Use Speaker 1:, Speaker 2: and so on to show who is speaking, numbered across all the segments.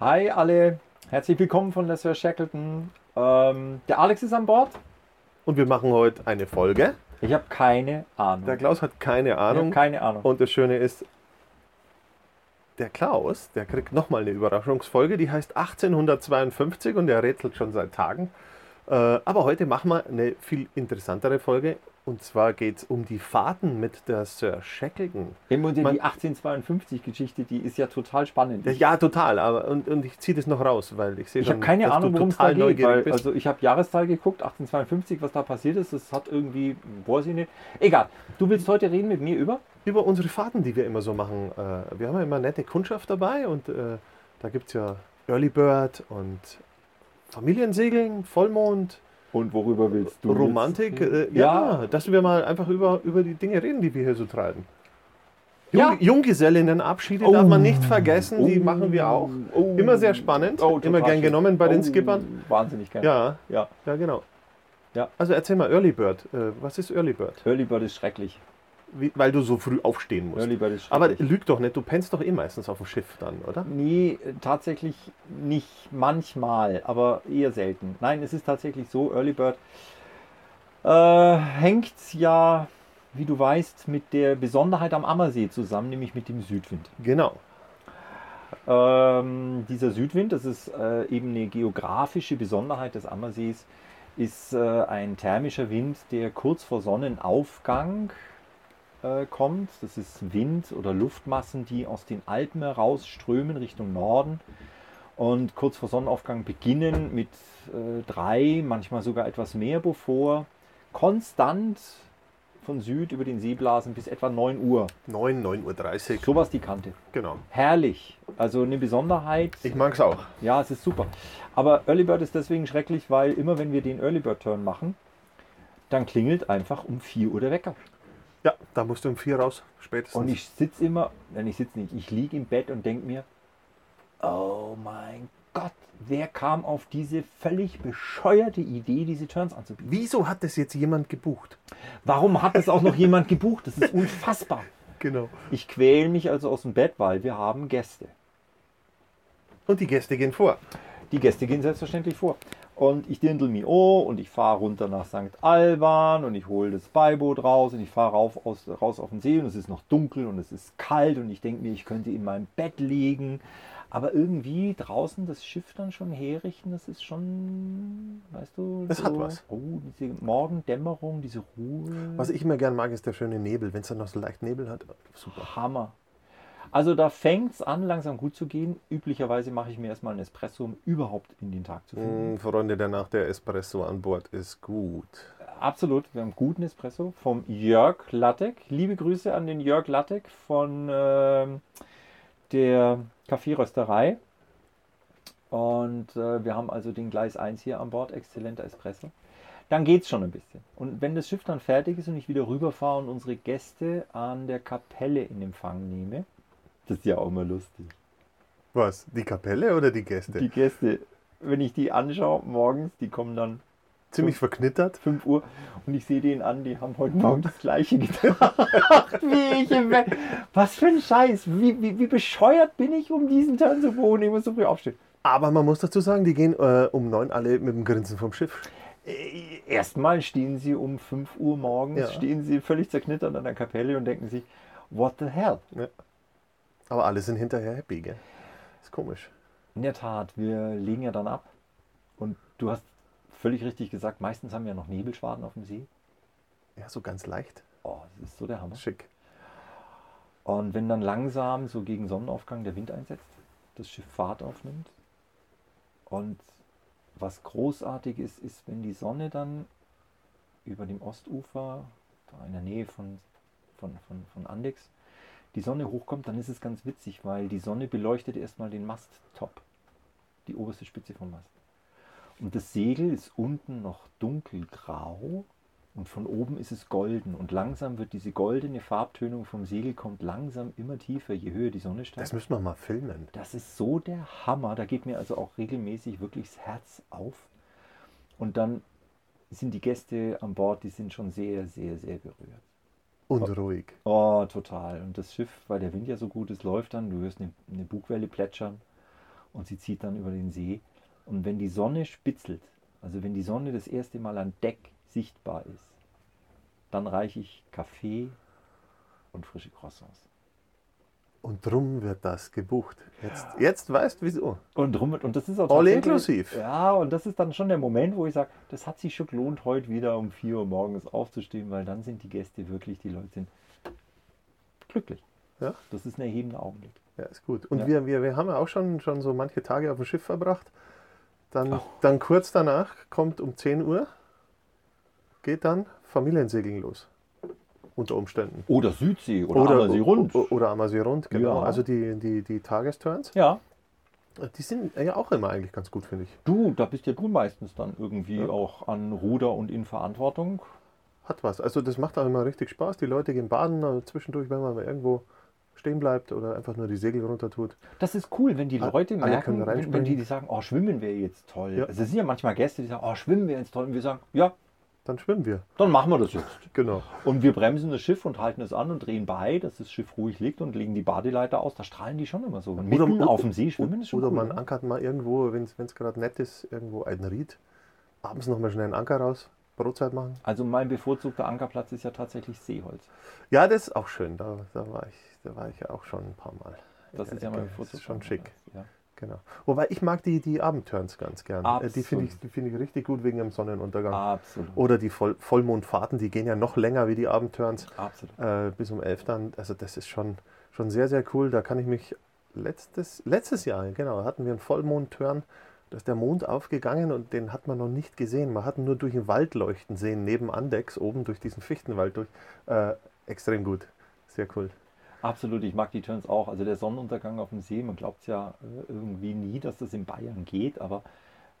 Speaker 1: Hi alle, herzlich willkommen von der Sir Shackleton. Ähm, der Alex ist an Bord.
Speaker 2: Und wir machen heute eine Folge.
Speaker 1: Ich habe keine Ahnung.
Speaker 2: Der Klaus hat keine
Speaker 1: Ich hab
Speaker 2: Ahnung.
Speaker 1: keine Ahnung.
Speaker 2: Und das Schöne ist, der Klaus, der kriegt nochmal eine Überraschungsfolge, die heißt 1852 und er rätselt schon seit Tagen. Äh, Aber heute machen wir eine viel interessantere Folge. Und zwar geht es um die Fahrten mit der Sir Shackleton.
Speaker 1: Immer die
Speaker 2: Man-
Speaker 1: 1852-Geschichte, die ist ja total spannend. Ich,
Speaker 2: Ja, total. Aber, und, und ich ziehe das noch raus, weil ich sehe
Speaker 1: ich
Speaker 2: schon,
Speaker 1: habe keine
Speaker 2: dass
Speaker 1: Ahnung,
Speaker 2: du
Speaker 1: worum es da
Speaker 2: total
Speaker 1: geht.
Speaker 2: neugierig
Speaker 1: Weil,
Speaker 2: bist.
Speaker 1: also ich habe Jahreszahl geguckt, 1852, was da passiert ist. Das hat irgendwie, weiß ich nicht. Egal, du willst heute reden mit mir über?
Speaker 2: über unsere Fahrten, die wir immer so machen. Äh, wir haben ja immer nette Kundschaft dabei und äh, da gibt es ja Early Bird und Familiensegeln, Vollmond,
Speaker 1: Und worüber willst du?
Speaker 2: Romantik. Äh,
Speaker 1: Ja.
Speaker 2: ja. dass wir mal einfach über, über die Dinge reden, die wir hier so treiben. Jung,
Speaker 1: Ja.
Speaker 2: Junggesellinnenabschiede
Speaker 1: Oh.
Speaker 2: darf man nicht vergessen, die
Speaker 1: Oh.
Speaker 2: machen wir auch.
Speaker 1: Oh.
Speaker 2: Immer sehr spannend,
Speaker 1: Oh, total
Speaker 2: immer gern
Speaker 1: schön.
Speaker 2: genommen bei
Speaker 1: Oh,
Speaker 2: den Skippern.
Speaker 1: Wahnsinnig gerne.
Speaker 2: Ja,
Speaker 1: ja.
Speaker 2: ja, genau.
Speaker 1: Ja.
Speaker 2: Also early mal, Early Bird, äh, was ist Early Bird?
Speaker 1: Early Bird ist schrecklich.
Speaker 2: Wie, weil du so früh aufstehen musst.
Speaker 1: Early Bird ist schrecklich.
Speaker 2: Aber lüg doch nicht, du pennst doch eh meistens auf dem Schiff dann, oder?
Speaker 1: Nee, tatsächlich nicht manchmal, aber eher selten. Nein, es ist tatsächlich so, Early Bird äh, hängt ja, wie du weißt, mit der Besonderheit am Ammersee zusammen, nämlich mit dem Südwind.
Speaker 2: Genau.
Speaker 1: Ähm, dieser Südwind, das ist äh, eben eine geografische Besonderheit des Ammersees, ist äh, ein thermischer Wind, der kurz vor Sonnenaufgang äh, kommt. Das ist Wind oder Luftmassen, die aus den Alpen herausströmen Richtung Norden und kurz vor Sonnenaufgang beginnen mit äh, drei, manchmal sogar etwas mehr Beaufort, konstant von Süd über den See blasen bis etwa 9 Uhr.
Speaker 2: 9, 9.30 Uhr.
Speaker 1: Sowas die Kante.
Speaker 2: Genau.
Speaker 1: Herrlich. Also eine Besonderheit.
Speaker 2: Ich mag es auch.
Speaker 1: Ja, es ist super. Aber Early Bird ist deswegen schrecklich, weil immer wenn wir den Early Bird Turn machen, dann klingelt einfach um 4 Uhr der Wecker.
Speaker 2: Ja, da musst du um 4 raus, spätestens.
Speaker 1: Und ich sitze immer, nein, ich sitze nicht, ich liege im Bett und denke mir, oh mein Gott, wer kam auf diese völlig bescheuerte Idee, diese Turns anzubieten?
Speaker 2: Wieso hat das jetzt jemand gebucht?
Speaker 1: Warum hat das auch noch jemand gebucht? Das ist unfassbar.
Speaker 2: Genau.
Speaker 1: Ich quäle mich also aus dem Bett, weil wir haben Gäste.
Speaker 2: Und die Gäste gehen vor.
Speaker 1: Die Gäste gehen selbstverständlich vor. Und ich dindel mir oh und ich fahre runter nach St. Alban und ich hole das Beiboot raus und ich fahre rauf, aus, raus auf den See und es ist noch dunkel und es ist kalt und ich denke mir, ich könnte in meinem Bett liegen. Aber irgendwie draußen das Schiff dann schon herrichten, das ist schon, weißt du,
Speaker 2: Das hat was.
Speaker 1: Oh, diese Morgendämmerung, diese Ruhe.
Speaker 2: Was ich immer gern mag, ist der schöne Nebel. Wenn es dann noch so leicht Nebel hat, super.
Speaker 1: Hammer. Also da fängt es an, langsam gut zu gehen. Üblicherweise mache ich mir erstmal einen Espresso, um überhaupt in den Tag zu finden.
Speaker 2: Mm, Freunde der Nacht, der Espresso an Bord ist gut.
Speaker 1: Absolut, wir haben guten Espresso vom Jörg Lattek. Liebe Grüße an den Jörg Lattek von ähm, der Kaffeerösterei. Und äh, wir haben also den Gleis 1 hier an Bord, exzellenter Espresso. Dann geht es schon ein bisschen. Und wenn das Schiff dann fertig ist und ich wieder rüberfahre und unsere Gäste an der Kapelle in Empfang nehme, das ist ja auch immer lustig.
Speaker 2: Was? Die Kapelle oder die Gäste?
Speaker 1: Die Gäste, wenn ich die anschaue morgens, die kommen dann
Speaker 2: Ziemlich verknittert.
Speaker 1: 5 Uhr und ich sehe den an, die haben heute Morgen das gleiche getan. wie ich im Bett. Was für ein Scheiß. Wie, wie, wie bescheuert bin ich, um diesen Turn zu buchen? Ich muss so früh aufstehen.
Speaker 2: Aber man muss dazu sagen, die gehen äh, um neun alle mit dem Grinsen vom Schiff.
Speaker 1: Äh, Erstmal stehen sie um 5 Uhr morgens,
Speaker 2: Ja.
Speaker 1: stehen sie völlig zerknittert an der Kapelle und denken sich, what the hell?
Speaker 2: Aber alle sind hinterher happy, gell? Ist komisch.
Speaker 1: In der Tat, wir legen ja dann ab. Und du hast völlig richtig gesagt, meistens haben wir noch Nebelschwaden auf dem See.
Speaker 2: Ja, so ganz leicht.
Speaker 1: Oh, das ist so der Hammer.
Speaker 2: Schick.
Speaker 1: Und wenn dann langsam so gegen Sonnenaufgang der Wind einsetzt, das Schiff Fahrt aufnimmt und was großartig ist, ist, wenn die Sonne dann über dem Ostufer, da in der Nähe von, von, von, von Andex, die Sonne hochkommt, dann ist es ganz witzig, weil die Sonne beleuchtet erstmal den Masttop. die oberste Spitze vom Mast. Und das Segel ist unten noch dunkelgrau und von oben ist es golden. Und langsam wird diese goldene Farbtönung vom Segel kommt langsam immer tiefer, je höher die Sonne steigt.
Speaker 2: Das müssen wir mal filmen.
Speaker 1: Das ist so der Hammer. Da geht mir also auch regelmäßig wirklich das Herz auf. Und dann sind die Gäste an Bord, die sind schon sehr, sehr, sehr berührt.
Speaker 2: Und ruhig.
Speaker 1: Oh, total. Und das Schiff, weil der Wind ja so gut ist, läuft dann. Du hörst eine, eine Bugwelle plätschern und sie zieht dann über den See. Und wenn die Sonne spitzelt, also wenn die Sonne das erste Mal an Deck sichtbar ist, dann reiche ich Kaffee und frische Croissants.
Speaker 2: Und drum wird das gebucht. Jetzt, jetzt weißt wieso.
Speaker 1: Und drum, und das ist auch
Speaker 2: All
Speaker 1: tatsächlich-
Speaker 2: inklusiv.
Speaker 1: Ja, und das ist dann schon der Moment, wo ich sage, das hat sich schon gelohnt, heute wieder um 4 Uhr morgens aufzustehen, weil dann sind die Gäste wirklich, die Leute sind glücklich.
Speaker 2: Ja.
Speaker 1: Das ist ein erhebender Augenblick.
Speaker 2: Ja, ist gut. Und
Speaker 1: Ja.
Speaker 2: wir, wir, wir haben ja auch schon, schon so manche Tage auf dem Schiff verbracht. Dann, dann kurz danach kommt um 10 Uhr, geht dann Familiensegeln los. Unter Umständen.
Speaker 1: Oder Südsee
Speaker 2: o- Oder Ammersee rund, genau.
Speaker 1: Ja.
Speaker 2: Also die, die, die Tagesturns.
Speaker 1: Ja,
Speaker 2: Die sind ja auch immer eigentlich ganz gut, finde ich.
Speaker 1: du, da bist ja du meistens dann irgendwie auch an Ruder und in Verantwortung.
Speaker 2: Hat was. Also das macht auch immer richtig Spaß. Die Leute gehen baden, äh, zwischendurch, wenn man mal irgendwo stehen bleibt oder einfach nur die Segel runter tut.
Speaker 1: Das ist cool, wenn die
Speaker 2: Alle
Speaker 1: Leute
Speaker 2: können
Speaker 1: merken, wenn, wenn
Speaker 2: reinspringen.
Speaker 1: die, die sagen, oh, schwimmen wäre jetzt toll.
Speaker 2: Ja.
Speaker 1: Also es sind ja manchmal Gäste, die sagen, oh, schwimmen wäre jetzt toll. Und wir sagen, ja,
Speaker 2: Dann schwimmen wir.
Speaker 1: dann machen wir das jetzt.
Speaker 2: Genau.
Speaker 1: Und wir bremsen das Schiff und halten es an und drehen bei, dass das Schiff ruhig liegt und legen die Badeleiter aus. Da strahlen die schon immer so. Mitten auf dem See schwimmen ist schon
Speaker 2: Oder
Speaker 1: cool,
Speaker 2: man
Speaker 1: ne?
Speaker 2: ankert mal irgendwo, wenn es gerade nett ist, irgendwo einen Ried. Abends nochmal schnell einen Anker raus, Brotzeit machen.
Speaker 1: Also mein bevorzugter Ankerplatz ist ja tatsächlich Seeholz.
Speaker 2: Ja, das ist auch schön. Da, da, war, ich, da war ich ja auch schon ein paar Mal. in
Speaker 1: Das
Speaker 2: der
Speaker 1: ist ja mein
Speaker 2: Ecke. Das
Speaker 1: bevorzugter
Speaker 2: ist schon schick.
Speaker 1: Ankerplatz, Ja.
Speaker 2: Genau. Wobei ich mag die, die Abendturns ganz gern. Äh, Die finde ich,
Speaker 1: Absolut. Ah.
Speaker 2: die finde ich richtig gut wegen dem Sonnenuntergang.
Speaker 1: Absolut.
Speaker 2: Oder die Voll Vollmondfahrten, die gehen ja noch länger wie die Abendturns.
Speaker 1: Absolut.
Speaker 2: äh, bis um 11 dann. Also das ist schon, schon sehr, sehr cool. Da kann ich mich letztes, letztes Jahr, genau, hatten wir einen Vollmond-Turn. Da ist der Mond aufgegangen und den hat man noch nicht gesehen. Man hat ihn nur durch den Wald leuchten sehen, neben Andex, oben durch diesen Fichtenwald durch. Äh, extrem gut. Sehr cool.
Speaker 1: Absolut, ich mag die Turns auch. Also der Sonnenuntergang auf dem See, man glaubt ja äh, irgendwie nie, dass das in Bayern geht, aber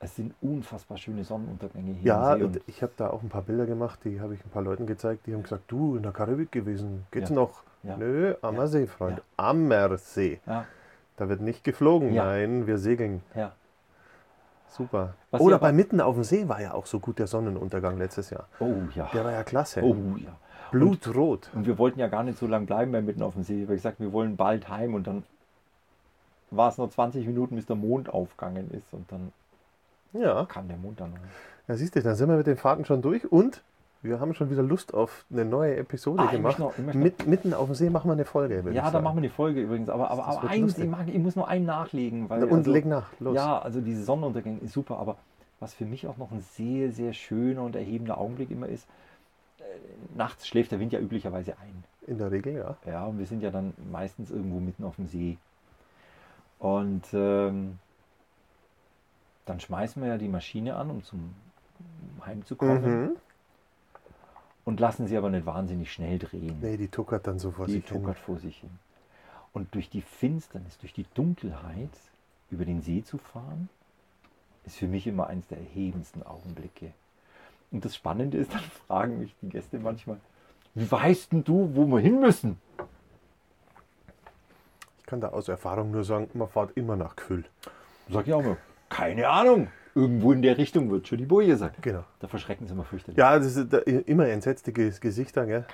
Speaker 1: es sind unfassbar schöne Sonnenuntergänge hier
Speaker 2: Ja,
Speaker 1: im See.
Speaker 2: und ich habe da auch ein paar Bilder gemacht, die habe ich ein paar Leuten gezeigt, die haben gesagt, du, in der Karibik gewesen, geht's
Speaker 1: Ja.
Speaker 2: noch?
Speaker 1: Ja.
Speaker 2: Nö, Ammersee, Freund. Ammersee.
Speaker 1: ja,
Speaker 2: Da wird nicht geflogen,
Speaker 1: Ja.
Speaker 2: nein, wir segeln.
Speaker 1: ja.
Speaker 2: Super.
Speaker 1: Was
Speaker 2: Oder
Speaker 1: wir aber-
Speaker 2: bei Mitten auf dem See war ja auch so gut der Sonnenuntergang letztes Jahr.
Speaker 1: Oh ja.
Speaker 2: Der war ja klasse.
Speaker 1: Oh ja.
Speaker 2: Blutrot.
Speaker 1: Und wir wollten ja gar nicht so lange bleiben bei Mitten auf dem See. Wir haben gesagt, wir wollen bald heim und dann war es noch 20 Minuten, bis der Mond aufgegangen ist und dann
Speaker 2: Ja,
Speaker 1: kam der Mond dann. rein.
Speaker 2: ja siehst du, dann sind wir mit den Fahrten schon durch und wir haben schon wieder Lust auf eine neue Episode
Speaker 1: Ah, ich
Speaker 2: gemacht.
Speaker 1: möchte noch- ich möchte noch-
Speaker 2: mit, mitten auf dem See machen wir eine Folge. würde
Speaker 1: Ja,
Speaker 2: ich
Speaker 1: da
Speaker 2: sagen.
Speaker 1: machen wir die Folge übrigens. Aber, aber,
Speaker 2: Das
Speaker 1: aber
Speaker 2: wird
Speaker 1: eins,
Speaker 2: lustig.
Speaker 1: ich, mag, ich muss nur einen nachlegen. Weil
Speaker 2: Und
Speaker 1: also-
Speaker 2: leg nach, los.
Speaker 1: Ja, also diese Sonnenuntergänge ist super, aber was für mich auch noch ein sehr, sehr schöner und erhebender Augenblick immer ist, äh, nachts schläft der Wind ja üblicherweise ein.
Speaker 2: In der Regel, ja.
Speaker 1: Ja, und wir sind ja dann meistens irgendwo mitten auf dem See. Und ähm, dann schmeißen wir ja die Maschine an, um zum um Heimzukommen.
Speaker 2: Mhm.
Speaker 1: Und lassen sie aber nicht wahnsinnig schnell drehen.
Speaker 2: Nee, die tuckert dann so vor
Speaker 1: die
Speaker 2: sich hin.
Speaker 1: tuckert vor sich hin. Und durch die Finsternis, durch die Dunkelheit über den See zu fahren, ist für mich immer eines der erhebendsten Augenblicke. Und das Spannende ist, dann fragen mich die Gäste manchmal, wie weißt denn du, wo wir hin müssen?
Speaker 2: Ich kann da aus Erfahrung nur sagen, man fährt immer nach Kühl.
Speaker 1: Sag ich auch mal, keine Ahnung. Irgendwo in der Richtung wird schon die Boje sein.
Speaker 2: Genau.
Speaker 1: Da verschrecken sie immer fürchterlich.
Speaker 2: Ja, das ist da, immer entsetzte Ges- Gesichter, gell?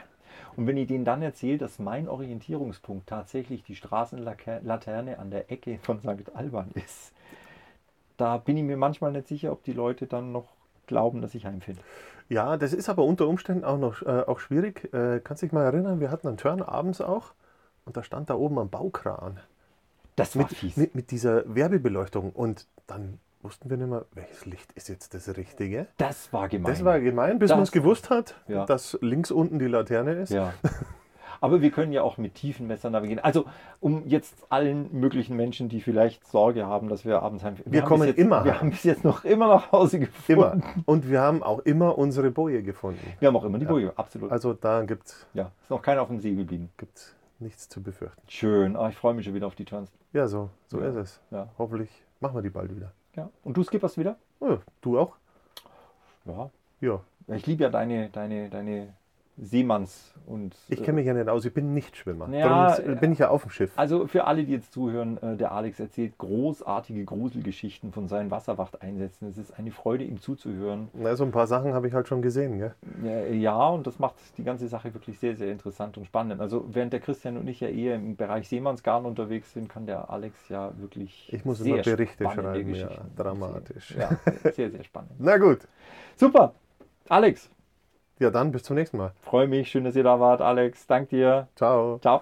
Speaker 1: Und wenn ich denen dann erzähle, dass mein Orientierungspunkt tatsächlich die Straßenlaterne an der Ecke von St. Alban ist, da bin ich mir manchmal nicht sicher, ob die Leute dann noch glauben, dass ich heimfinde.
Speaker 2: Ja, das ist aber unter Umständen auch noch äh, auch schwierig. Äh, kannst dich mal erinnern, wir hatten einen Turn abends auch und da stand da oben am Baukran
Speaker 1: Das war fies.
Speaker 2: mit, mit dieser Werbebeleuchtung und dann wussten wir nicht mehr, welches Licht ist jetzt das Richtige.
Speaker 1: das war gemein.
Speaker 2: Das war gemein, bis
Speaker 1: Das-
Speaker 2: man es gewusst hat,
Speaker 1: Ja.
Speaker 2: dass links unten die Laterne ist.
Speaker 1: ja. Aber wir können ja auch mit tiefen Messern navigieren. Also, um jetzt allen möglichen Menschen, die vielleicht Sorge haben, dass wir abends heimfinden.
Speaker 2: Wir kommen
Speaker 1: jetzt,
Speaker 2: immer
Speaker 1: Wir
Speaker 2: heim.
Speaker 1: haben bis jetzt noch immer nach Hause gefunden.
Speaker 2: Immer. Und wir haben auch immer unsere Boje gefunden.
Speaker 1: Wir haben auch immer die Boje, absolut.
Speaker 2: Also da gibt
Speaker 1: ja, ist noch keiner auf dem See geblieben.
Speaker 2: es nichts zu befürchten.
Speaker 1: Schön. Ah, ich freue mich schon wieder auf die Turns.
Speaker 2: Ja, so, so
Speaker 1: Ja.
Speaker 2: ist es.
Speaker 1: Ja.
Speaker 2: Hoffentlich machen wir die bald wieder.
Speaker 1: ja. Und du skipperst wieder?
Speaker 2: Ja, du auch?
Speaker 1: Ja.
Speaker 2: Ja.
Speaker 1: Ich liebe ja deine, deine, deine Seemanns und. äh,
Speaker 2: Ich kenne mich ja nicht aus, ich bin nicht Schwimmer.
Speaker 1: Ja,
Speaker 2: Darum
Speaker 1: ja.
Speaker 2: bin ich ja auf dem Schiff.
Speaker 1: Also für alle, die jetzt zuhören, äh, der Alex erzählt großartige Gruselgeschichten von seinen Wasserwachteinsätzen. Es ist eine Freude, ihm zuzuhören.
Speaker 2: Na, so ein paar Sachen habe ich halt schon gesehen, gell?
Speaker 1: Ja, Äh, Ja, und das macht die ganze Sache wirklich sehr, sehr interessant und spannend. Also während der Christian und ich ja eher im Bereich Seemannsgarn unterwegs sind, kann der Alex ja wirklich
Speaker 2: Ich muss
Speaker 1: sehr
Speaker 2: immer Berichte
Speaker 1: spannende
Speaker 2: schreiben, ja,
Speaker 1: Geschichten
Speaker 2: dramatisch.
Speaker 1: erzählen. Ja, sehr, sehr spannend.
Speaker 2: Na gut,
Speaker 1: Super, Alex,
Speaker 2: ja dann bis zum nächsten Mal.
Speaker 1: freue mich, schön, dass ihr da wart, Alex, dank dir,
Speaker 2: Ciao.
Speaker 1: ciao.